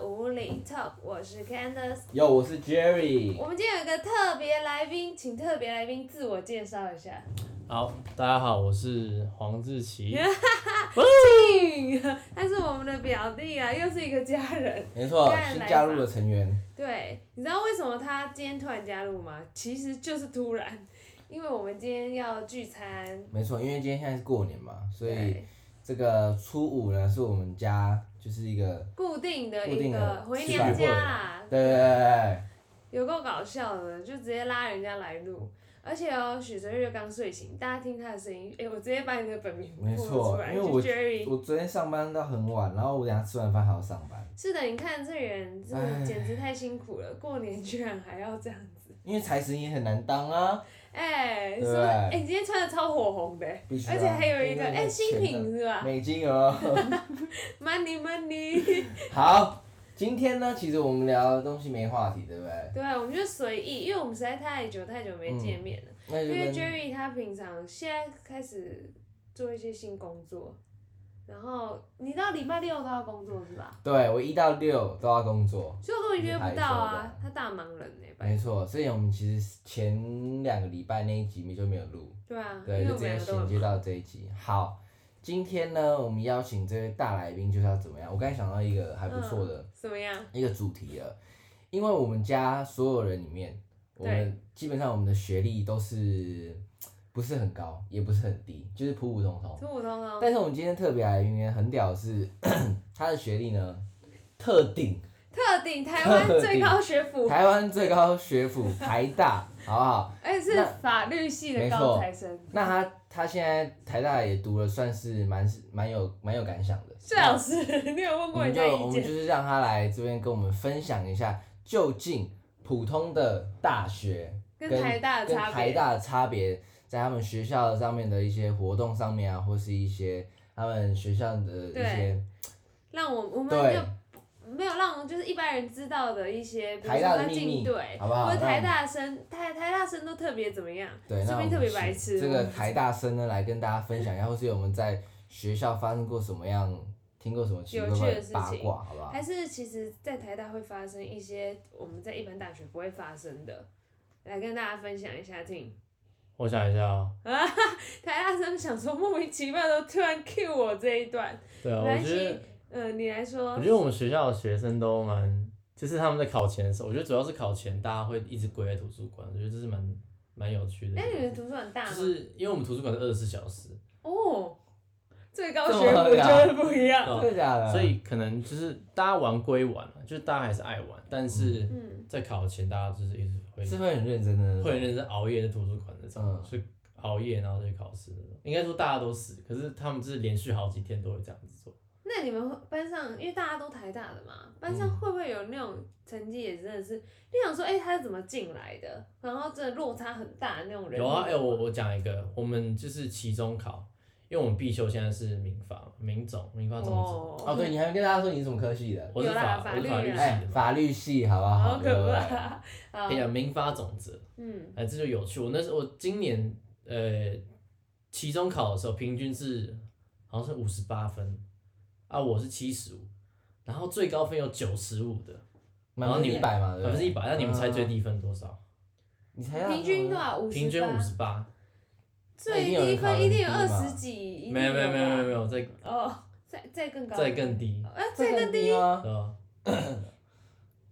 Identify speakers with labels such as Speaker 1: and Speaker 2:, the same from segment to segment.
Speaker 1: Morning Talk，我是 Candice。
Speaker 2: 哟，我是 Jerry
Speaker 1: 我。们今天有一个特别来宾，请特别来宾自我介绍一下。
Speaker 3: 好，大家好，我是黄 志奇。
Speaker 2: 哦
Speaker 1: 他是我们的表弟啊，又是一个家人。
Speaker 2: 没错，
Speaker 1: 现在
Speaker 2: 新
Speaker 1: 来
Speaker 2: 加入
Speaker 1: 吧
Speaker 2: 的成员。
Speaker 1: 对，你知道为什么他今天突然加入吗？其实就是突然，因为我们今天要聚餐。
Speaker 2: 没错，因为今天现在是过年嘛，所以
Speaker 1: 对，
Speaker 2: 这个初五呢是我们家就是一 个
Speaker 1: 固定的
Speaker 2: 固
Speaker 1: 一
Speaker 2: 定
Speaker 1: 个
Speaker 2: 的
Speaker 1: 回
Speaker 2: 吃
Speaker 1: 娘
Speaker 2: 饭
Speaker 1: 家
Speaker 2: 会
Speaker 1: 啦，
Speaker 2: 对对对对
Speaker 1: 有够搞笑的，就直接拉人家来录。而且哦，许哲月刚睡醒，大家听他的声音，哎、我直接把你的本名
Speaker 2: 没
Speaker 1: 吐
Speaker 2: 错
Speaker 1: 出来，
Speaker 2: 因为
Speaker 1: 就
Speaker 2: 我
Speaker 1: Jerry
Speaker 2: 对，。我昨天上班到很晚，然后我等一下吃完饭还要上班，
Speaker 1: 是的，你看这人真的
Speaker 2: 唉
Speaker 1: 简直太辛苦了，过年居然还要这样子。
Speaker 2: 因为财神也很难当啊，
Speaker 1: 哎、
Speaker 2: 对
Speaker 1: 说哎、你今天穿的超火红的、
Speaker 2: 必须啊
Speaker 1: 而且还有一个
Speaker 2: 因为那
Speaker 1: 哎、
Speaker 2: 个
Speaker 1: 新
Speaker 2: 钱
Speaker 1: 品
Speaker 2: 的
Speaker 1: 是吧
Speaker 2: 美金哦额。
Speaker 1: ？Money Money，
Speaker 2: 好，今天呢，其实我们聊的东西没话题，对不对？
Speaker 1: 对，我们就随意，因为我们实在太久太久
Speaker 2: 嗯
Speaker 1: 没见面了。
Speaker 2: 那
Speaker 1: 因
Speaker 2: 就
Speaker 1: 为
Speaker 2: 跟
Speaker 1: Jerry 他平常现在开始做一些新工作，然后你到礼拜六都要工作是吧？
Speaker 2: 对我一到六都要工作。
Speaker 1: 所以我根本约不到
Speaker 2: 你还
Speaker 1: 啊
Speaker 2: 说，
Speaker 1: 他大忙人呢、拜
Speaker 2: 没错，所以我们其实前两个礼拜那一集就没有录，
Speaker 1: 对啊，因
Speaker 2: 对，
Speaker 1: 为
Speaker 2: 就
Speaker 1: 我
Speaker 2: 直
Speaker 1: 们
Speaker 2: 接
Speaker 1: 两个都很
Speaker 2: 衔
Speaker 1: 忙
Speaker 2: 接到这一集。好，今天呢，我们邀请这位大来宾就是要怎么样？我刚才想到一个还不错的、
Speaker 1: 怎么样？
Speaker 2: 一个主题了，因为我们家所有人里面，我们基本上我们的学历都是不是很高，也不是很低，就是普普通通。
Speaker 1: 普普通通。
Speaker 2: 但是我们今天特别来宾呢，很屌的是， 他的学历呢特定，
Speaker 1: 特顶台湾最高学府，
Speaker 2: 台湾最高学府台大，好不好？
Speaker 1: 而且哎是法律系的高材生，
Speaker 2: 那他他现在台大也读了，算是蛮蛮有蛮有感想的。
Speaker 1: 最好是 你有问
Speaker 2: 我
Speaker 1: 过人
Speaker 2: 们就
Speaker 1: 家
Speaker 2: 我
Speaker 1: 意
Speaker 2: 们就
Speaker 1: 见？
Speaker 2: 是让他来这边跟我们分享一下，究竟普通的大学
Speaker 1: 跟台大的
Speaker 2: 跟
Speaker 1: 差别
Speaker 2: 台大的差别，在他们学校上面的一些活动上面啊，或是一些他们学校的一些
Speaker 1: 让我我们
Speaker 2: 对
Speaker 1: 就没有让就是一般人知道的一些，比如
Speaker 2: 台
Speaker 1: 说
Speaker 2: 大
Speaker 1: 他
Speaker 2: 的秘
Speaker 1: 进
Speaker 2: 密
Speaker 1: 队，，
Speaker 2: 好不好？
Speaker 1: 或者
Speaker 2: 那我
Speaker 1: 台
Speaker 2: 们
Speaker 1: 大生台台大生都特别怎么样？
Speaker 2: 对，
Speaker 1: 这
Speaker 2: 那我
Speaker 1: 边
Speaker 2: 们
Speaker 1: 特别白痴。
Speaker 2: 这个台大生呢，来跟大家分享一下，或是我们在学校发生过什么样，听过什么奇奇怪怪
Speaker 1: 有趣的事情
Speaker 2: 八卦，好不好？
Speaker 1: 还是其实，在台大会发生一些我们在一般大学不会发生的，来跟大家分享一下。听
Speaker 3: 我想一下啊，
Speaker 1: 台大生想说莫名其妙都突然 cue 我这一段，
Speaker 3: 对啊，
Speaker 1: 没关
Speaker 3: 我觉
Speaker 1: 系
Speaker 3: 得，
Speaker 1: 呃，你来说
Speaker 3: 我觉，得我们学校的学生都蛮，就是他们在考前的时候，我觉得主要是考前大家会一直跪在图书馆，我觉得这是蛮蛮有趣的
Speaker 1: 哎，
Speaker 3: 一
Speaker 1: 你
Speaker 3: 个。
Speaker 1: 们图书馆大
Speaker 3: 就
Speaker 1: 吗？
Speaker 3: 是因为我们图书馆是二十四小时，
Speaker 1: 哦，最高
Speaker 2: 这么
Speaker 1: 学府
Speaker 2: 高呀
Speaker 1: 就会不一样。
Speaker 3: 嗯
Speaker 2: 真的假的？
Speaker 3: 所以可能就是大家玩归玩啊，就是大家还是爱玩，但是
Speaker 1: 嗯，
Speaker 3: 在考前大家就是一直会
Speaker 2: 是会很认真的，
Speaker 3: 会很认真熬夜在图书馆那种，
Speaker 2: 嗯
Speaker 3: 去熬夜然后去考试那种。应该说大家都是，可是他们就是连续好几天都会这样子做。
Speaker 1: 那你们会班上，因为大家都台大的嘛，班上会不会有那种成绩也真的是，你想说，哎、他是怎么进来的？然后这落差很大的那种人。
Speaker 3: 有啊，哎、我我讲一个，我们就是期中考，因为我们必修现在是民法、民总、民法总总，
Speaker 2: 哦，对，你还没跟大家说你是什么科系的？
Speaker 3: 我是
Speaker 1: 有啦
Speaker 3: 法，
Speaker 1: 法
Speaker 3: 我是
Speaker 1: 律
Speaker 3: 法律
Speaker 1: 啦
Speaker 3: 系
Speaker 2: 哎
Speaker 3: 的，嘛。
Speaker 2: 法律系，好不好？
Speaker 1: 好
Speaker 2: 对不
Speaker 1: 可
Speaker 2: 对
Speaker 1: 怕。好
Speaker 3: 哎，呀，民法总则，
Speaker 1: 嗯，
Speaker 3: 哎，这就有趣。我那时候我今年呃期中考的时候，平均是好像是五十八分啊，我是七十五，然后最高分有九十五的，
Speaker 2: 满分一百嘛，对不
Speaker 3: 百分之
Speaker 2: 对？
Speaker 3: 一百，那你们猜最
Speaker 2: 嗯？
Speaker 3: 低分多少？
Speaker 2: 你嗯猜
Speaker 1: 平均多？少？五
Speaker 3: 平均五十八，
Speaker 1: 最低分一定有二
Speaker 2: 那一定有人考得
Speaker 1: 十
Speaker 2: 很
Speaker 1: 几，一定
Speaker 3: 没有没有没有没有
Speaker 1: 吧
Speaker 3: 没有，再
Speaker 1: 哦，再再更高，
Speaker 3: 再更低，
Speaker 1: 哎，再
Speaker 2: 这
Speaker 1: 更
Speaker 2: 更低啊
Speaker 1: 低。
Speaker 2: 吗？
Speaker 3: 对吧？
Speaker 1: 等一下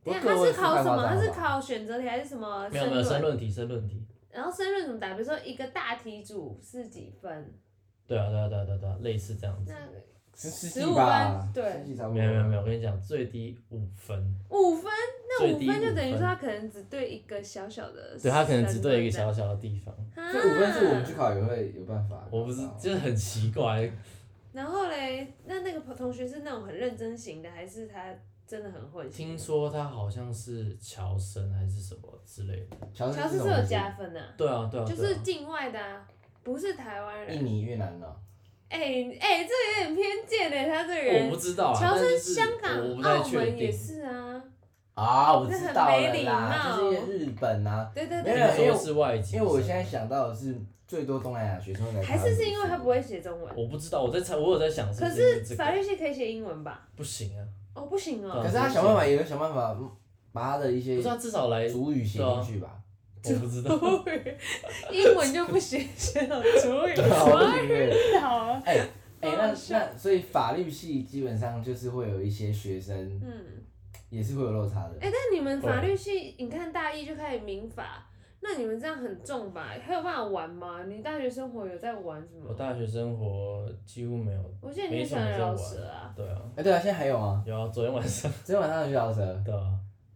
Speaker 2: 我
Speaker 1: 他
Speaker 2: 个
Speaker 1: 是
Speaker 2: 位数
Speaker 1: 考
Speaker 2: 太
Speaker 1: 什
Speaker 2: 夸
Speaker 1: 么？
Speaker 2: 张
Speaker 1: 他
Speaker 2: 了
Speaker 1: 是
Speaker 2: 吧
Speaker 1: 考选择题还是什么
Speaker 3: 没有没有申
Speaker 1: 啊论？
Speaker 3: 论题，申论题。
Speaker 1: 然后申论怎么打？比如说一个大题组是几分？
Speaker 3: 对啊，对啊，对啊，对啊，对啊，类似这样子。
Speaker 1: 那
Speaker 2: 十
Speaker 1: 十
Speaker 2: 十
Speaker 1: 五
Speaker 2: 五吧
Speaker 1: 分，对
Speaker 2: 十几差不多
Speaker 3: 没有没有没有，我跟你讲，最低五分，
Speaker 1: 五分，那
Speaker 3: 最
Speaker 1: 五
Speaker 3: 低
Speaker 1: 分就
Speaker 3: 五
Speaker 1: 等于说
Speaker 3: 分
Speaker 1: 他可能只对一个小小的，
Speaker 3: 对他可能只对一个小，小的地方，
Speaker 1: 啊
Speaker 2: 这五分是我们去考也会有办法。
Speaker 3: 我不是
Speaker 2: 好
Speaker 3: 就是很奇怪，
Speaker 1: 然后嘞，那那个同学是那种很认真型的，还是他真的很混？
Speaker 3: 听说他好像是侨生还是什么之类的。
Speaker 2: 乔
Speaker 1: 乔
Speaker 2: 治
Speaker 1: 治
Speaker 2: 是
Speaker 1: 是有加分的、啊，
Speaker 3: 对啊，对啊，
Speaker 1: 就
Speaker 3: 对
Speaker 1: 是
Speaker 3: 啊嗯
Speaker 1: 境外的、啊，不是台湾
Speaker 2: 印
Speaker 1: 人。
Speaker 2: 尼越南的，
Speaker 1: 哎哎、这有点偏见嘞，他这个
Speaker 3: 我
Speaker 1: 人
Speaker 3: 不。知道啊，
Speaker 1: 乔
Speaker 3: 但
Speaker 1: 治、
Speaker 3: 就是
Speaker 1: 香港
Speaker 3: 我不、太
Speaker 1: 澳
Speaker 3: 确
Speaker 1: 门也
Speaker 3: 定。
Speaker 1: 是啊，
Speaker 2: 啊，我知
Speaker 1: 这
Speaker 2: 道
Speaker 1: 很
Speaker 2: 了
Speaker 1: 没礼
Speaker 2: 啦，
Speaker 1: 貌
Speaker 2: 就是日本啊，
Speaker 1: 对对
Speaker 2: 没有
Speaker 1: 对，
Speaker 3: 听说是外籍
Speaker 2: 因
Speaker 3: 生，
Speaker 2: 为我现在想到的是最多东南亚学生来，
Speaker 1: 还是是因为他不。会写中文，
Speaker 3: 我不知道，我在猜，我有在想
Speaker 1: 可
Speaker 3: 是不
Speaker 1: 是
Speaker 3: 是这
Speaker 1: 法
Speaker 3: 个
Speaker 1: 律系可以写英文吧？
Speaker 3: 不行啊，
Speaker 1: 哦，不行哦
Speaker 3: 对
Speaker 2: 可
Speaker 3: 啊
Speaker 2: 是他想办法也有想办法嗯把他的一
Speaker 3: 不
Speaker 2: 些
Speaker 3: 是他至少来，
Speaker 2: 主语写
Speaker 3: 对啊
Speaker 2: 进去吧。
Speaker 3: 我不知道，
Speaker 1: 主语，英文就不行，写到主语， 啊
Speaker 2: 对啊我
Speaker 1: 我
Speaker 2: 不觉得
Speaker 1: 晕倒了。
Speaker 2: 哎哎，
Speaker 1: 好
Speaker 2: 那
Speaker 1: 好笑
Speaker 2: 那所以法律系基本上就是会有一些学生
Speaker 1: 嗯，
Speaker 2: 也是会有落差的。
Speaker 1: 哎、但你
Speaker 3: 啊
Speaker 1: 们法律系，你看大一就开始民法，那你们这样很重吧？还有办法玩吗？你大学生活有在玩什
Speaker 3: 我
Speaker 1: 么？
Speaker 3: 大学生活几乎没有，
Speaker 1: 我记得你
Speaker 3: 没
Speaker 1: 很
Speaker 3: 什
Speaker 1: 喜
Speaker 3: 么
Speaker 1: 欢
Speaker 3: 在玩
Speaker 1: 饶舌啊，
Speaker 3: 对啊，
Speaker 2: 哎，对啊，现在还有吗？
Speaker 3: 有啊，昨天晚上
Speaker 2: 昨天晚上有去饶舌，
Speaker 3: 对啊，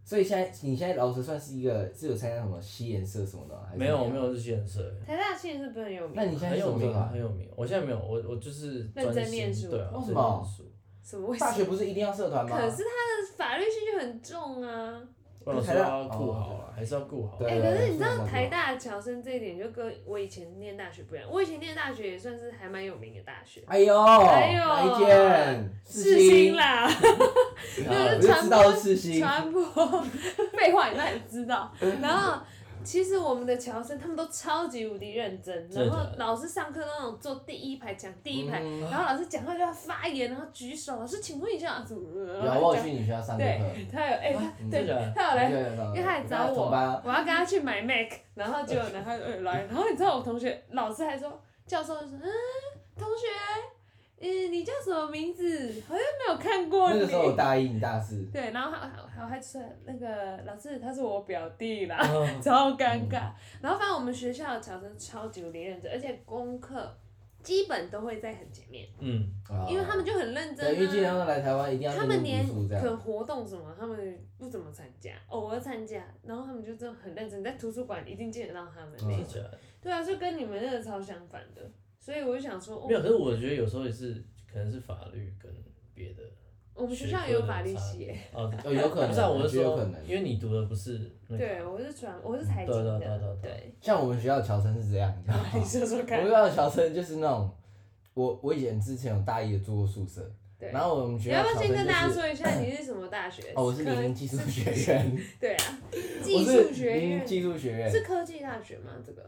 Speaker 2: 所以现在你现在饶舌算是一个是有参加什么西研社什么的吗？还是
Speaker 3: 没有我没。有日系人社，
Speaker 1: 台大系是不是很有名？
Speaker 2: 那你现在
Speaker 3: 很
Speaker 2: 是什
Speaker 3: 有
Speaker 2: 么社
Speaker 3: 名啊
Speaker 2: 团
Speaker 3: 很？有名，我现在没有，我我就是专
Speaker 1: 认真念
Speaker 3: 心
Speaker 1: 书哦
Speaker 3: 对啊，
Speaker 2: 为什
Speaker 3: 认真
Speaker 2: 么
Speaker 3: 念书
Speaker 1: 什么为什
Speaker 2: 大
Speaker 1: 么？
Speaker 2: 学不是一定要社团吗？
Speaker 1: 可是他的法律系就很重啊。
Speaker 3: 我想说要顾好啊，还是要顾好。
Speaker 2: 哦对
Speaker 1: 哎、
Speaker 2: 对
Speaker 1: 可
Speaker 2: 对
Speaker 1: 是你知
Speaker 2: 是
Speaker 1: 道
Speaker 2: 吗
Speaker 1: 台大侨生这一点，就跟我以前念大学不一样。我以前念大学也算是还蛮有名的大学，
Speaker 2: 哎呦，
Speaker 1: 哎呦
Speaker 2: 哪一间？
Speaker 1: 世
Speaker 2: 新
Speaker 1: 新，啦，
Speaker 2: 啊我
Speaker 1: 就
Speaker 2: 啊就是知道是世新。
Speaker 1: 传播废话你当然知道。 然后其实我们的侨生他们都超级无敌认真，
Speaker 3: 真的
Speaker 1: 然
Speaker 3: 假的
Speaker 1: 后老师上课都那种坐第一排讲第一排，
Speaker 2: 嗯
Speaker 1: 然后老师讲话就要发言，然后举手，老师请问一下怎么了？
Speaker 2: 有啊，我有去你学校上过
Speaker 1: 对
Speaker 2: 课，，嗯
Speaker 1: 他有哎、
Speaker 3: 啊
Speaker 1: 他
Speaker 3: 真
Speaker 1: 对
Speaker 3: 的假的
Speaker 1: 他有来
Speaker 2: 你就有上过
Speaker 1: 因为他也找
Speaker 2: 跟
Speaker 1: 我，
Speaker 2: 同班啊
Speaker 1: 我要跟他去买 Mac，然后结果呢，他就、欸、来，然后你知道我同学老师还说，教授就说，嗯，同学，嗯，你叫什么名字？好像没有看过
Speaker 2: 那
Speaker 1: 你
Speaker 2: 个。时候我大一，你大四。
Speaker 1: 对，然后还还还还说那个老师他是我表弟啦，
Speaker 3: 嗯
Speaker 1: 超尴尬。然后反正我们学校的乔生超级无敌认真，而且功课基本都会在很前面，
Speaker 3: 嗯，
Speaker 2: 啊
Speaker 1: 因为他们就很认真、啊。
Speaker 2: 对，因为基本上来台湾一定要
Speaker 1: 他们连
Speaker 2: 认真读书这
Speaker 1: 可能
Speaker 2: 样。
Speaker 1: 活动什么，他们不怎么参加，偶尔参加，然后他们就真的很认真，在图书馆一定见得到他们
Speaker 2: 嗯
Speaker 1: 那
Speaker 3: 真的
Speaker 1: 种。
Speaker 3: 假的？
Speaker 1: 对啊，就跟你们那个超相反的，所以我就想说，哦
Speaker 3: 没有，可是我觉得有时候也是，可能是法律跟别的。
Speaker 1: 我们学校也有法律系耶，
Speaker 3: 哦，
Speaker 2: 哦，有可能，
Speaker 3: 不是啊，我
Speaker 2: 我
Speaker 3: 是
Speaker 2: 觉得有
Speaker 3: 说
Speaker 2: 可，能。
Speaker 3: 因为你读的不是那
Speaker 1: 对
Speaker 3: 个，
Speaker 1: 我是传，我是财经
Speaker 3: 对对对
Speaker 1: 的，
Speaker 3: 对对
Speaker 1: 对。
Speaker 2: 像我们学校的侨生是这样，你知道吗？
Speaker 1: 你说说
Speaker 2: 我们
Speaker 1: 看
Speaker 2: 学，校的侨生就是那种，我我以前之前有大一有住过宿舍，
Speaker 1: 对。
Speaker 2: 然后我们
Speaker 1: 你
Speaker 2: 学
Speaker 1: 要
Speaker 2: 校
Speaker 1: 不
Speaker 2: 的
Speaker 1: 要
Speaker 2: 侨
Speaker 1: 先跟大家
Speaker 2: 生就是，
Speaker 1: 说一下你是什么大学？
Speaker 2: 哦，我是
Speaker 1: 科
Speaker 2: 林林技术学 院，
Speaker 1: 对啊，技
Speaker 2: 我
Speaker 1: 术
Speaker 2: 是
Speaker 1: 学
Speaker 2: 林林
Speaker 1: 院
Speaker 2: 技术学院，
Speaker 1: 是科技大学吗？这个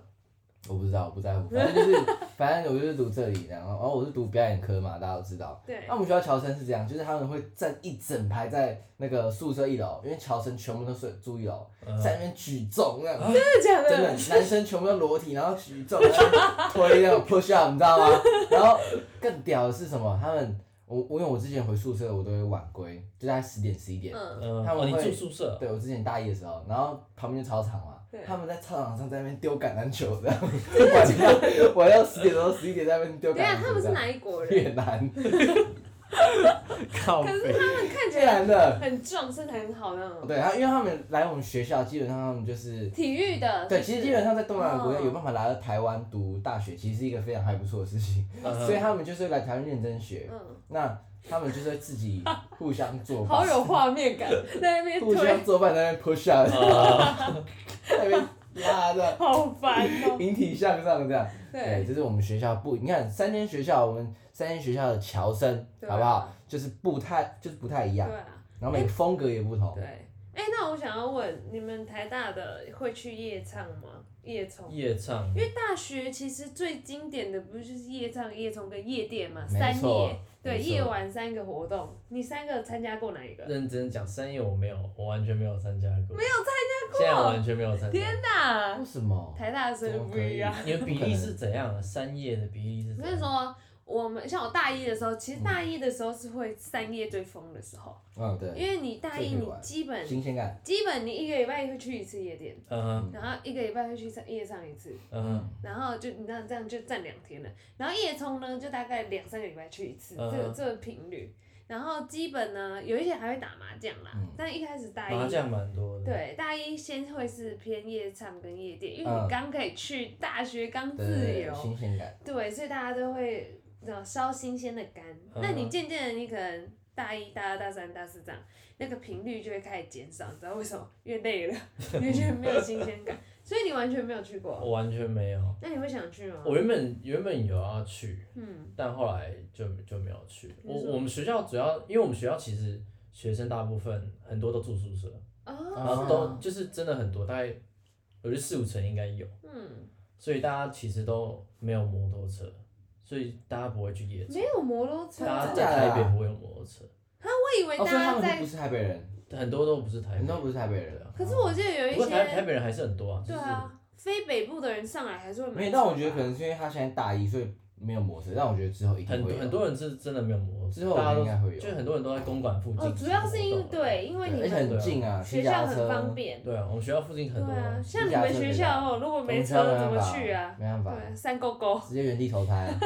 Speaker 2: 我不知道，我不在乎，反正就是反正我就是读这里，然后然后我是读表演科嘛，大家都知道。
Speaker 1: 对
Speaker 2: 那我们学校侨生是这样，就是他们会站一整排在那个宿舍一楼，因为侨生全部都是住一楼，
Speaker 3: 嗯
Speaker 2: 在那边举重那样。
Speaker 1: 真的假
Speaker 2: 真的，
Speaker 1: 的？
Speaker 2: 男生全部都裸体，然后举重，然 后推那种 push up，你知道吗？然后更屌的是什么？他们，我我因为我之前回宿舍，我都会晚归，就在十点十一点。
Speaker 1: 嗯，
Speaker 3: 嗯，
Speaker 2: 他们
Speaker 3: 哦，你
Speaker 2: 会
Speaker 3: 住宿舍，
Speaker 2: 对我之前大一的时候，然后旁边就操场嘛
Speaker 1: 对，
Speaker 2: 他们在操场上在那边丢橄榄球这样， 晚上晚上十点多十一点在那边丢橄
Speaker 1: 等一下
Speaker 2: 榄
Speaker 1: 他
Speaker 2: 球
Speaker 1: 们
Speaker 2: 这
Speaker 1: 是
Speaker 2: 样。
Speaker 1: 哪一国 人？
Speaker 2: 越南，
Speaker 1: 可是他们
Speaker 3: 靠
Speaker 1: 看 起
Speaker 2: 越
Speaker 1: 来
Speaker 2: 南的，
Speaker 1: 很壮，身材很好那种。
Speaker 2: 哦对，他因为他们来我们学校，基本上他们就是
Speaker 1: 体育的，
Speaker 2: 对，
Speaker 1: 是
Speaker 2: 其
Speaker 1: 不
Speaker 2: 实
Speaker 1: 是
Speaker 2: 基本上在东南亚国家
Speaker 1: 哦
Speaker 2: 有办法来到台湾读大学，其实是一个非常还不错的事情。
Speaker 3: 呃
Speaker 2: 所以他们就是来台湾认真学，
Speaker 1: 嗯，
Speaker 2: 那他们就是会 自己互相做
Speaker 1: 好
Speaker 2: 饭，
Speaker 1: 有画面嗯感，在那边
Speaker 2: 互
Speaker 1: 推
Speaker 2: 相，做饭在那边 push up，
Speaker 3: 啊，
Speaker 2: 在那边拉的，
Speaker 1: 好烦 哦。
Speaker 2: 引体向上这样。对，
Speaker 1: 对，
Speaker 2: 这是我们学校不，你看三间学校，我们三间学校的侨生
Speaker 1: 对啊
Speaker 2: 好不好？就是不太就是不太一
Speaker 1: 对
Speaker 2: 样，
Speaker 1: 啊，
Speaker 2: 然后每个风格也不同
Speaker 1: 对。。哎，那我想要问，你们台大的会去夜唱吗？夜冲？
Speaker 3: 夜唱
Speaker 1: 因为大学其实最经典的不就是夜唱、夜冲跟夜店嘛，
Speaker 2: 没
Speaker 1: 三
Speaker 2: 错
Speaker 1: 夜，对，
Speaker 2: 没错
Speaker 1: 夜晚三个活动，你三个参加过哪一个？
Speaker 3: 认真讲，三夜我没有，我完全没有参加过，没有参
Speaker 1: 过
Speaker 3: 现在我完全没有参加，
Speaker 1: 天哪
Speaker 2: 为，什么？
Speaker 1: 台大的生日不一样。
Speaker 3: 你的比例是怎样啊？三夜的比例是
Speaker 1: 我
Speaker 3: 怎
Speaker 1: 跟你
Speaker 3: 样？
Speaker 1: 说，我们像我大一的时候，其实大一的时候是会三夜最疯的时候，
Speaker 2: 嗯，
Speaker 1: 因
Speaker 2: 对，
Speaker 1: 为你大一
Speaker 2: 最可以
Speaker 1: 你
Speaker 2: 玩
Speaker 1: 基本
Speaker 2: 新鲜感。
Speaker 1: 基本你一个礼拜会去一次夜店，
Speaker 3: 嗯哼
Speaker 1: 然后一个礼拜会去上夜唱一次，
Speaker 3: 嗯
Speaker 1: 然后就你知道这样就占两天了。然后夜冲呢，就大概两三个礼拜去一次，
Speaker 3: 嗯
Speaker 1: 这个这个频率。然后基本呢，有一些还会打麻将啦，
Speaker 2: 嗯
Speaker 1: 但一开始大
Speaker 3: 哼，麻
Speaker 1: 一。
Speaker 3: 将蛮多的，，
Speaker 1: 对，大一先会是偏夜唱跟夜店，因为
Speaker 2: 嗯
Speaker 1: 你刚可以去大学，刚
Speaker 2: 对
Speaker 1: 自
Speaker 2: 对
Speaker 1: 由
Speaker 2: 对，，新鲜感。
Speaker 1: 对，所以大家都会呃烧新鲜的肝。
Speaker 3: 嗯
Speaker 1: 那你渐渐的，你可能大一、大二、大三、大四这样，那个频率就会开始减少，你知道为什么？越累了，越觉得没有新鲜感，所以你完全没有去过。
Speaker 3: 我完全没有。
Speaker 1: 那你会想去吗？
Speaker 3: 我原本原本有要去，
Speaker 1: 嗯，
Speaker 3: 但后来就就没有去。
Speaker 1: 你
Speaker 3: 我
Speaker 1: 说
Speaker 3: 我们学校主要，因为我们学校其实学生大部分很多都住宿舍，
Speaker 1: 哦，
Speaker 2: 啊
Speaker 3: 然后都
Speaker 2: 是
Speaker 3: 就是真的很多，大概我觉得四五成应该有，
Speaker 1: 嗯，
Speaker 3: 所以大家其实都没有摩托车，所以大家不会去夜场
Speaker 1: 没，有摩托车，
Speaker 3: 大家
Speaker 2: 真的
Speaker 3: 在
Speaker 2: 假的
Speaker 3: 台北
Speaker 2: 啊
Speaker 3: 不会有摩托车，
Speaker 1: 我以为
Speaker 2: 哦，
Speaker 1: 大
Speaker 2: 所以他
Speaker 1: 家
Speaker 2: 们
Speaker 1: 在
Speaker 2: 都不是台北人，
Speaker 3: 很多都不是台
Speaker 2: 很
Speaker 3: 北
Speaker 2: 多
Speaker 3: 人，
Speaker 2: 不是台北人哦
Speaker 3: 对。啊
Speaker 1: 可是我记得有
Speaker 3: 不
Speaker 1: 一
Speaker 3: 过台台
Speaker 1: 些，
Speaker 3: 北人还是很多啊，就
Speaker 1: 对
Speaker 3: 是
Speaker 1: 啊，非北部的人上来还是会买
Speaker 2: 没有，
Speaker 1: 酒
Speaker 2: 但我觉得
Speaker 1: 吧
Speaker 2: 可能是因为他现在大一，所以没有模式。但我觉得之后一
Speaker 3: 很
Speaker 2: 定会
Speaker 3: 多
Speaker 2: 有
Speaker 3: 很多人是真的没有摩托车，
Speaker 2: 之后我觉
Speaker 3: 大家
Speaker 2: 得
Speaker 3: 都
Speaker 2: 应该会有，
Speaker 3: 就很多人都在公馆附近
Speaker 1: 哦，
Speaker 3: 自
Speaker 1: 主
Speaker 3: 己活动
Speaker 1: 要
Speaker 3: 啊，
Speaker 1: 是因对，因为
Speaker 2: 对
Speaker 1: 你
Speaker 2: 而且
Speaker 1: 们
Speaker 2: 很近啊，
Speaker 1: 学
Speaker 2: 新
Speaker 1: 校
Speaker 2: 加
Speaker 1: 很方
Speaker 2: 车，
Speaker 1: 便，
Speaker 3: 对啊，我们学校附近
Speaker 1: 对
Speaker 3: 很多
Speaker 1: 啊，
Speaker 3: 啊，
Speaker 1: 像你们学校哦，如果没车怎么去啊？
Speaker 2: 没办
Speaker 1: 对
Speaker 2: 法，
Speaker 1: 啊，山沟沟。
Speaker 2: 直接原地投胎啊。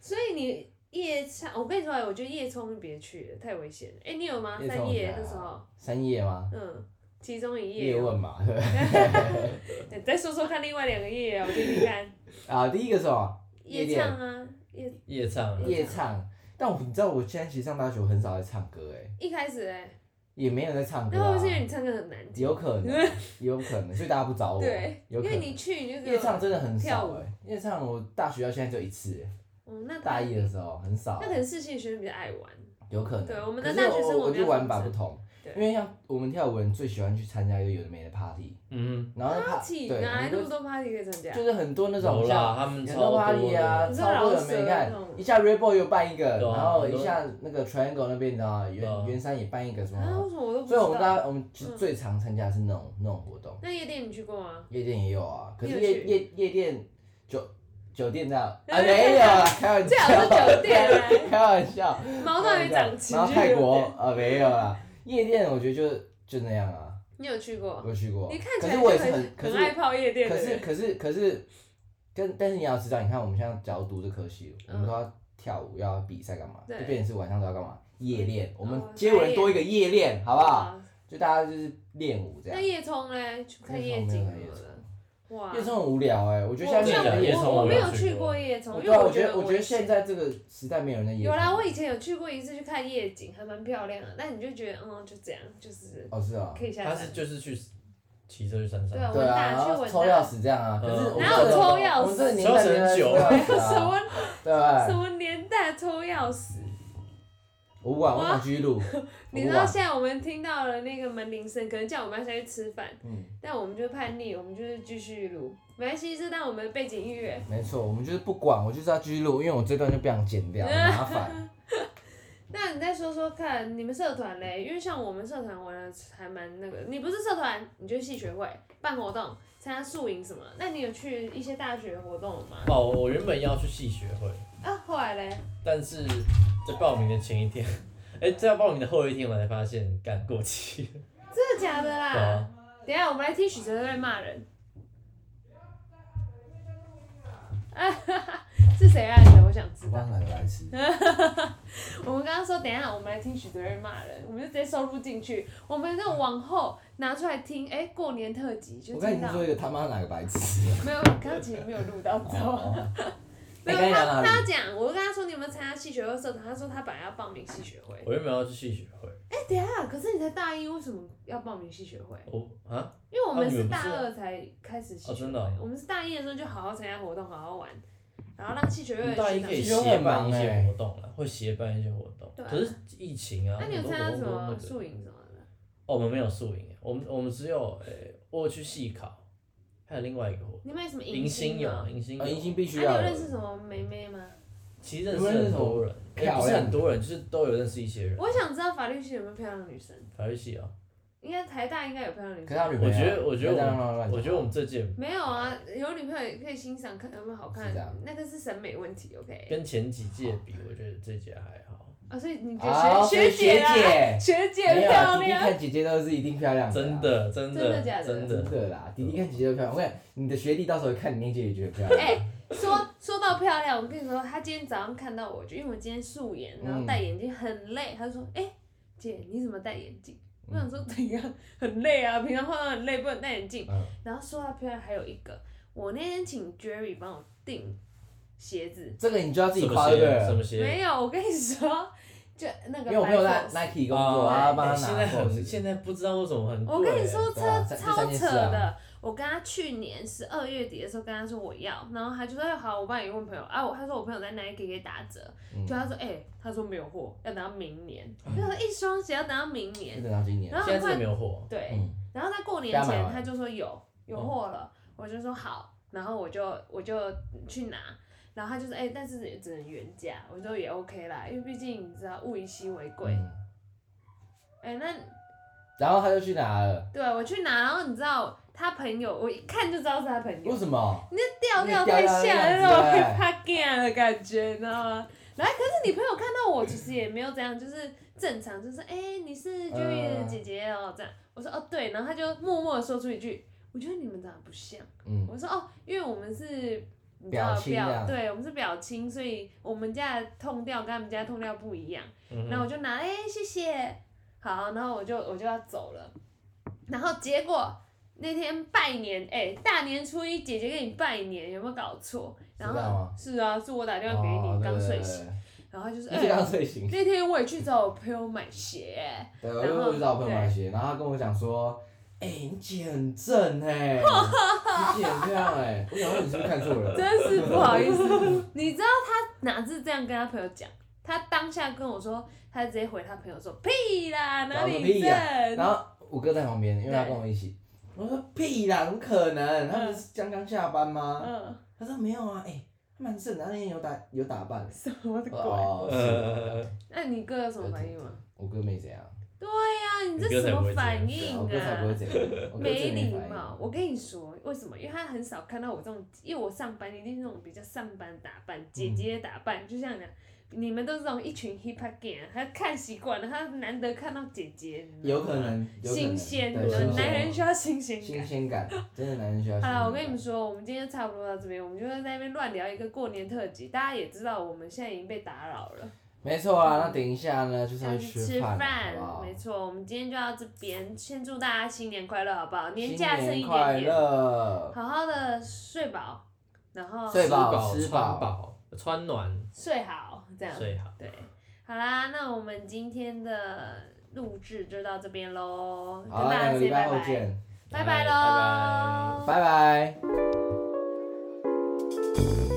Speaker 1: 所以你夜唱，我跟你说，我觉得夜冲别去了，太危险了。哎、你有吗？
Speaker 2: 夜
Speaker 1: 三
Speaker 2: 冲
Speaker 1: 夜
Speaker 2: 很
Speaker 1: 那时
Speaker 2: 难
Speaker 1: 候
Speaker 2: 啊，三夜吗？
Speaker 1: 嗯，其中一夜
Speaker 2: 叶
Speaker 1: 有。
Speaker 2: 问嘛， 对不对
Speaker 1: 你再说说看，另外两个夜啊，我听听 看。
Speaker 2: 啊，第一个是什么？夜
Speaker 1: 夜
Speaker 2: 店
Speaker 1: 唱啊，夜
Speaker 3: 夜唱啊，
Speaker 2: 夜唱。但我你知道，我现在其实上大学我很少在唱歌，哎，
Speaker 1: 一开始哎、
Speaker 2: 也没有在唱歌
Speaker 1: 那会
Speaker 2: 啊
Speaker 1: 不会。是因为你唱歌很难听？
Speaker 2: 有可 能，有可能，所以大家不找我。
Speaker 1: 对，
Speaker 2: 有
Speaker 1: 因
Speaker 2: 可
Speaker 1: 为
Speaker 2: 能。
Speaker 1: 你去你就
Speaker 2: 夜唱真的很
Speaker 1: 跳
Speaker 2: 少
Speaker 1: 舞
Speaker 2: 哎、夜唱我大学到现在就一次、欸，
Speaker 1: 嗯，那
Speaker 2: 大
Speaker 1: 大
Speaker 2: 一的时候很少
Speaker 1: 那
Speaker 2: 欸、
Speaker 1: 可能是系学生比较爱玩，
Speaker 2: 有可能。
Speaker 1: 对我们
Speaker 2: 可
Speaker 1: 的
Speaker 2: 是
Speaker 1: 大学生
Speaker 2: 我
Speaker 1: 活
Speaker 2: 我
Speaker 1: 比较
Speaker 2: 就玩
Speaker 1: 分
Speaker 2: 法不
Speaker 1: 散
Speaker 2: 同，
Speaker 1: 对
Speaker 2: 因为像我们跳舞人最喜欢去参加一个有的没的 party，
Speaker 3: 嗯，
Speaker 2: 然后那 party
Speaker 1: 起
Speaker 2: 对，
Speaker 1: 哪来啊那
Speaker 2: 我
Speaker 1: 么
Speaker 2: 们
Speaker 1: 多 party 可以参加
Speaker 2: 就？就是很多那种
Speaker 3: 有啦，
Speaker 2: 像
Speaker 3: 他们
Speaker 2: 很
Speaker 3: 超
Speaker 2: 多
Speaker 3: 多
Speaker 2: party 啊，
Speaker 3: 的，
Speaker 1: 你说
Speaker 2: 超多
Speaker 1: 饶
Speaker 2: 人没
Speaker 1: 舌
Speaker 2: 看
Speaker 1: 那种，
Speaker 2: 一下 Rebel 有办一个，
Speaker 3: 对啊
Speaker 2: 然后
Speaker 3: 很
Speaker 2: 一
Speaker 3: 多
Speaker 2: 下那个 Triangle 那边你知道吗？
Speaker 3: 对
Speaker 2: 圆
Speaker 3: 啊
Speaker 2: 圆山也办一个什
Speaker 1: 啊，
Speaker 2: 么，
Speaker 1: 为什么我都不知
Speaker 2: 哦所以我们
Speaker 1: 道？嗯
Speaker 2: 大家我们其实最常参加的是那种那种活动。
Speaker 1: 那夜店你去过 吗？
Speaker 2: 夜店也有啊，可是
Speaker 1: 你有
Speaker 2: 夜
Speaker 1: 去
Speaker 2: 夜夜店酒酒店这样 啊没有啊，开玩
Speaker 1: 最好是酒
Speaker 2: 笑，
Speaker 1: 店啊，
Speaker 2: 开玩笑，
Speaker 1: 毛都还没长齐。
Speaker 2: 然后泰国啊没有啊，夜店我觉得就就那样啊，
Speaker 1: 你有去过？
Speaker 2: 我去过，
Speaker 1: 你看起
Speaker 2: 可
Speaker 1: 来
Speaker 2: 是
Speaker 1: 就
Speaker 2: 我也是
Speaker 1: 很
Speaker 2: 很，可是
Speaker 1: 爱泡夜店
Speaker 2: 可
Speaker 1: 的
Speaker 2: 是
Speaker 1: 人。
Speaker 2: 可是可是，跟但是你要知道，你看我们现在假如读这科系，我们
Speaker 1: 嗯
Speaker 2: 都要跳舞，要比赛干嘛，就
Speaker 1: 对
Speaker 2: 变成是晚上都要干嘛夜练，我们
Speaker 1: 哦
Speaker 2: 街舞
Speaker 1: 排
Speaker 2: 人
Speaker 1: 练
Speaker 2: 多一个夜练，好不好？
Speaker 1: 哇？
Speaker 2: 就大家就是练舞这样
Speaker 1: 那。夜冲嘞，去看夜景什
Speaker 2: 啊夜
Speaker 1: 么
Speaker 2: 冲
Speaker 1: 的。哇，
Speaker 2: 夜冲很无聊哎，我觉得
Speaker 1: 我没
Speaker 2: 现在
Speaker 1: 有
Speaker 2: 没有人
Speaker 3: 夜冲
Speaker 1: 我我
Speaker 3: 我
Speaker 1: 没
Speaker 3: 没有
Speaker 1: 有
Speaker 3: 去
Speaker 1: 去
Speaker 3: 过
Speaker 1: 过夜冲，因
Speaker 2: 对
Speaker 1: 为
Speaker 2: 啊，我觉
Speaker 1: 得
Speaker 2: 得我觉得
Speaker 1: 危险
Speaker 2: 现在这个时代没有人在夜
Speaker 1: 有
Speaker 2: 店
Speaker 1: 啦，我以前有去过一次去看夜景，还蛮漂亮的，但你就觉得嗯，就这样，就是
Speaker 2: 哦是啊，
Speaker 1: 可以下
Speaker 3: 他
Speaker 1: 山
Speaker 3: 是。就是去骑车去山上
Speaker 1: 对，啊
Speaker 2: 对啊，然
Speaker 1: 去
Speaker 2: 后
Speaker 1: 稳
Speaker 2: 抽
Speaker 1: 当
Speaker 2: 钥匙这样啊，可是
Speaker 3: 嗯
Speaker 2: 我们
Speaker 1: 哪有
Speaker 2: 这个
Speaker 1: 抽
Speaker 2: 我
Speaker 1: 钥
Speaker 2: 们这个
Speaker 1: 匙
Speaker 2: 年代
Speaker 3: 抽
Speaker 2: 没有人
Speaker 3: 很久
Speaker 1: 什
Speaker 2: 抽钥匙啊，
Speaker 1: 么
Speaker 2: 对不
Speaker 1: 什
Speaker 2: 对？
Speaker 1: 么年代抽钥匙？
Speaker 2: 我不管，我想继续录，我
Speaker 1: 你
Speaker 2: 不
Speaker 1: 知道
Speaker 2: 管，
Speaker 1: 现在我们听到了那个门铃声，可能叫我们要下去吃饭，
Speaker 2: 嗯，
Speaker 1: 但我们就叛逆，我们就是继续录，没关系，这当我们的背景音乐。
Speaker 2: 没错，我们就是不管，我就是要继续录，因为我这段就不想剪 掉，很麻烦。
Speaker 1: 那你再说说看，你们社团嘞？因为像我们社团玩的还蛮那个，你不是社团，你就是系学会办活动、参加宿营什么。那你有去一些大学活动吗？
Speaker 3: 哦，我原本要去戏学会，
Speaker 1: 啊，后来嘞，
Speaker 3: 但是在报名的前一天， 哎，在报名的后一天，我才发现干过期了，
Speaker 1: 真的假的
Speaker 3: 对
Speaker 2: 嗯
Speaker 1: 啦？
Speaker 3: 啊，
Speaker 1: 等一下我们来听许哲瑞骂人。 啊哈哈，是谁按的？我想知
Speaker 2: 我
Speaker 1: 道
Speaker 2: 刚。才 来吃，
Speaker 1: 我们刚刚说，等一下我们来听许哲瑞骂人，我们就直接收录进去。我们就往后拿出来听，哎、过年特辑就
Speaker 2: 我刚才已
Speaker 1: 听到
Speaker 2: 经。说一个他妈哪 个白痴，
Speaker 1: 没有，刚刚其实没有录到，知道吗？
Speaker 2: 哦
Speaker 1: 没
Speaker 2: 你
Speaker 1: 有
Speaker 2: 刚才讲啊
Speaker 1: 他，
Speaker 2: 哪
Speaker 1: 他
Speaker 2: 里
Speaker 1: 讲，我跟他说你有没有参加戏学会社团，他说他本来要报名戏学会。
Speaker 3: 我原本要去戏学会，
Speaker 1: 哎、等一下，可是你才大一，为什么要报名戏学会？
Speaker 3: 我啊，
Speaker 1: 因为我们
Speaker 3: 啊你
Speaker 1: 是
Speaker 3: 们不是
Speaker 1: 大
Speaker 3: 啊
Speaker 1: 二才开始戏
Speaker 3: 哦
Speaker 1: 学
Speaker 3: 真
Speaker 1: 会，
Speaker 3: 的哦
Speaker 1: 我们是大一的时候就好好参加活动，好好玩，然后让戏学会的
Speaker 3: 大一
Speaker 1: 学长
Speaker 3: 可
Speaker 2: 戏
Speaker 3: 以
Speaker 2: 学会
Speaker 3: 协
Speaker 2: 很
Speaker 3: 办
Speaker 2: 忙
Speaker 3: 一些
Speaker 2: 欸
Speaker 3: 活动了，会协办一些活动
Speaker 1: 对，啊
Speaker 3: 可是疫情啊，
Speaker 1: 那你有
Speaker 3: 很多
Speaker 1: 参加
Speaker 3: 活
Speaker 1: 什
Speaker 3: 动都
Speaker 1: 么
Speaker 3: 那个
Speaker 1: 宿营什么的？
Speaker 3: 哦，我们没有宿营，我们我们只有诶、我有去戏考，还有另外一个活
Speaker 1: 你们有什么
Speaker 3: 迎
Speaker 1: 新
Speaker 3: 新有
Speaker 1: 吗？
Speaker 3: 迎新
Speaker 2: 啊，迎新必须
Speaker 1: 还、啊、
Speaker 2: 要
Speaker 1: 你有
Speaker 2: 的
Speaker 1: 认识什么妹妹吗？
Speaker 3: 其实认识很多人，
Speaker 2: 你们认识什么欸
Speaker 3: 也不是很多人，就是都有认识一些人。
Speaker 1: 我想知道法律系有没有漂亮的女生，
Speaker 3: 法律系啊，
Speaker 1: 应该台大应该有漂亮的女
Speaker 2: 可是他
Speaker 1: 生。
Speaker 2: 女朋友，
Speaker 3: 我觉得我觉得
Speaker 2: 不要这样乱乱讲
Speaker 3: 我觉得我们这届
Speaker 1: 没有啊，有女朋友也可以欣赏，看有没有好看
Speaker 2: 是这样，
Speaker 1: 那个是审美问题，OK？
Speaker 3: 跟前几届比，我觉得这届还好，
Speaker 1: 啊，所以你觉
Speaker 2: 好
Speaker 1: 得学
Speaker 2: 学
Speaker 1: 姐啦
Speaker 2: 姐
Speaker 1: 学姐
Speaker 2: 没有
Speaker 1: 漂
Speaker 2: 啊弟弟
Speaker 1: 亮，
Speaker 2: 看姐姐都是一定漂亮的啦，
Speaker 3: 真的真
Speaker 1: 真的假的
Speaker 3: 真
Speaker 2: 真
Speaker 3: 的，
Speaker 2: 的啦，弟弟看姐姐都漂亮。我看你的学弟到时候看你那姐也觉得漂亮。
Speaker 1: 哎、说说到漂亮，我跟你说，她今天早上看到我，就因为我今天素颜，然
Speaker 2: 嗯
Speaker 1: 后戴眼镜很累，她说：“哎、姐，你怎么戴眼镜？”我想说怎样，很累啊，平常化妆很累，不能戴眼镜。
Speaker 2: 嗯
Speaker 1: 然后说到漂亮，还有一个，我那天请 Jerry 帮我订鞋子，
Speaker 2: 这个你就要自己
Speaker 3: 什
Speaker 2: 夸
Speaker 3: 么
Speaker 2: 对不
Speaker 3: 鞋什
Speaker 2: 对？
Speaker 3: 么鞋，
Speaker 1: 没有，我跟你说，就那
Speaker 2: 因为
Speaker 1: 个
Speaker 2: 我朋友
Speaker 1: 白
Speaker 2: 在
Speaker 1: Force
Speaker 2: Nike 工作，然后帮
Speaker 3: 哎
Speaker 2: 他
Speaker 3: 现
Speaker 2: 拿
Speaker 3: 在
Speaker 2: Force
Speaker 3: 很现在不知道为什么很
Speaker 1: 啊
Speaker 3: 贵。欸
Speaker 1: 我跟你说，
Speaker 2: 对
Speaker 1: 超
Speaker 2: 啊这这
Speaker 1: 超
Speaker 2: 三件
Speaker 1: 扯
Speaker 2: 事啊
Speaker 1: 的。我跟他去年十二月底的时候跟他说我要，然后他就说哎好，我帮你问朋友啊。我他说我朋友在 Nike 给打折，
Speaker 2: 嗯
Speaker 1: 就他说哎、他说没有货，要等到明年。他说一双鞋要等到明
Speaker 2: 就
Speaker 1: 年，
Speaker 2: 等到今年
Speaker 1: 然。后
Speaker 3: 现在
Speaker 1: 很
Speaker 3: 真
Speaker 1: 快
Speaker 3: 的没有货，
Speaker 1: 对，
Speaker 2: 嗯，
Speaker 1: 然后在过年
Speaker 2: 大家买
Speaker 1: 前
Speaker 2: 完嗯
Speaker 1: 他就说有有货了，我就说好，然后我就我就去拿，然后他就是哎、但是也只能原价，我说也 OK 啦，因为毕竟你知道物以稀为贵。
Speaker 2: 嗯
Speaker 1: 哎、那
Speaker 2: 然后他就去拿了，
Speaker 1: 对我去拿，然后你知道他朋友，我一看就知道是他朋友
Speaker 2: 为，什么？
Speaker 1: 调调
Speaker 2: 你调
Speaker 1: 太
Speaker 2: 调
Speaker 1: 像
Speaker 2: 的
Speaker 1: 了，
Speaker 2: 样子哎
Speaker 1: 让我会
Speaker 2: 对
Speaker 1: 怕干的感觉，你知道吗？然后可是你朋友看到我，其实也没有怎样，就是正常，就是哎、你是
Speaker 2: 嗯
Speaker 1: Joey 的姐姐哦、这样。我说哦对，然后他就默默的说出一句，我觉得你们长得不像。
Speaker 2: 嗯，
Speaker 1: 我说哦，因为我们是你知
Speaker 2: 表
Speaker 1: 道
Speaker 2: 亲这
Speaker 1: 表，
Speaker 2: 样
Speaker 1: 对我们是表亲，所以我们家的痛调跟他们家的痛调不一样。
Speaker 3: 嗯
Speaker 1: 然后
Speaker 3: 哼，
Speaker 1: 我就拿，哎、谢谢，好，然后我就我就要走了，然后结果那天拜年，哎、大年初一姐姐给你拜年，有没有搞错？然
Speaker 2: 是这样
Speaker 1: 后
Speaker 2: 吗
Speaker 1: 是啊，是我打
Speaker 2: 哦对
Speaker 1: 电话给你，刚睡
Speaker 3: 哦
Speaker 1: 醒，
Speaker 2: 醒，
Speaker 1: 然后她就是
Speaker 2: 对
Speaker 1: 哎、
Speaker 2: 对刚睡醒。
Speaker 1: 那天我也去找我朋友买鞋，
Speaker 2: 对，我就我就找我朋友买鞋，然后他跟我讲说，哎、你姐很正哎、你姐很漂亮哎、 我想说你是不是看错了？
Speaker 1: 真是不好意思，你知道他哪是这样跟他朋友讲？他当下跟我说，他直接回他朋友说屁啦，哪
Speaker 2: 搞个
Speaker 1: 里
Speaker 2: 屁
Speaker 1: 正？
Speaker 2: 呀 然后我哥在旁边，因为他跟我一起，我说屁啦，怎么可能？他不是刚刚下班吗？
Speaker 1: 嗯，
Speaker 2: 他说没有啊，哎、他蛮正的，他那天有打有打扮。
Speaker 1: 什么鬼？
Speaker 3: 嗯
Speaker 2: 哦，是啊
Speaker 3: 呃，
Speaker 1: 那你哥有什么反应吗？
Speaker 2: 我哥没怎样，
Speaker 1: 对呀、你这
Speaker 3: 你哥
Speaker 1: 什
Speaker 3: 才不
Speaker 1: 么
Speaker 3: 会这样
Speaker 1: 反
Speaker 2: 对
Speaker 1: 应
Speaker 2: 啊
Speaker 1: 啊？
Speaker 2: 我哥才不会怎样，我哥
Speaker 1: 没
Speaker 2: 真的
Speaker 1: 礼
Speaker 2: 反应
Speaker 1: 貌。我跟你说，为什么？因为他很少看到我这种，因为我上班一定是那种比较上班打扮、姐
Speaker 2: 嗯
Speaker 1: 姐打扮，就像你讲，你们都是这种一群 hip hop gang，他看习惯了，他难得看到姐姐，你知道
Speaker 2: 有
Speaker 1: 吗
Speaker 2: 可能，有可能
Speaker 1: 新鲜
Speaker 2: 对
Speaker 1: 的
Speaker 2: 新鲜
Speaker 1: 男人需要新鲜
Speaker 2: 新
Speaker 1: 感。
Speaker 2: 鲜感，真的男人需要新鲜
Speaker 1: 好
Speaker 2: 感。
Speaker 1: 了，我跟你们说，我们今天差不多到这边，我们就在那边乱聊一个过年特辑。大家也知道，我们现在已经被打扰了，
Speaker 2: 没错啊，那等一下呢，就是
Speaker 1: 要
Speaker 2: 要
Speaker 1: 去
Speaker 2: 去
Speaker 1: 吃
Speaker 2: 饭
Speaker 1: 饭
Speaker 2: 了，好不好
Speaker 1: 没？错。我们今天就到这边，先祝大家新年快乐，好不好？
Speaker 2: 新
Speaker 1: 假剩一
Speaker 2: 快
Speaker 1: 点点，
Speaker 2: 乐，
Speaker 1: 好好的睡饱，然后
Speaker 2: 睡饱吃
Speaker 3: 呃吃
Speaker 2: 饱
Speaker 3: 穿饱，穿暖，
Speaker 1: 睡好，这样
Speaker 3: 睡好，
Speaker 1: 对。好啦，那我们今天的录制就到这边喽，跟
Speaker 2: 好，
Speaker 1: 大家
Speaker 2: 两个
Speaker 1: say
Speaker 2: 礼拜
Speaker 1: 拜
Speaker 2: 后
Speaker 1: 拜，
Speaker 2: 见，
Speaker 1: 拜拜
Speaker 3: 拜拜
Speaker 1: 喽，
Speaker 2: 拜拜。
Speaker 3: 拜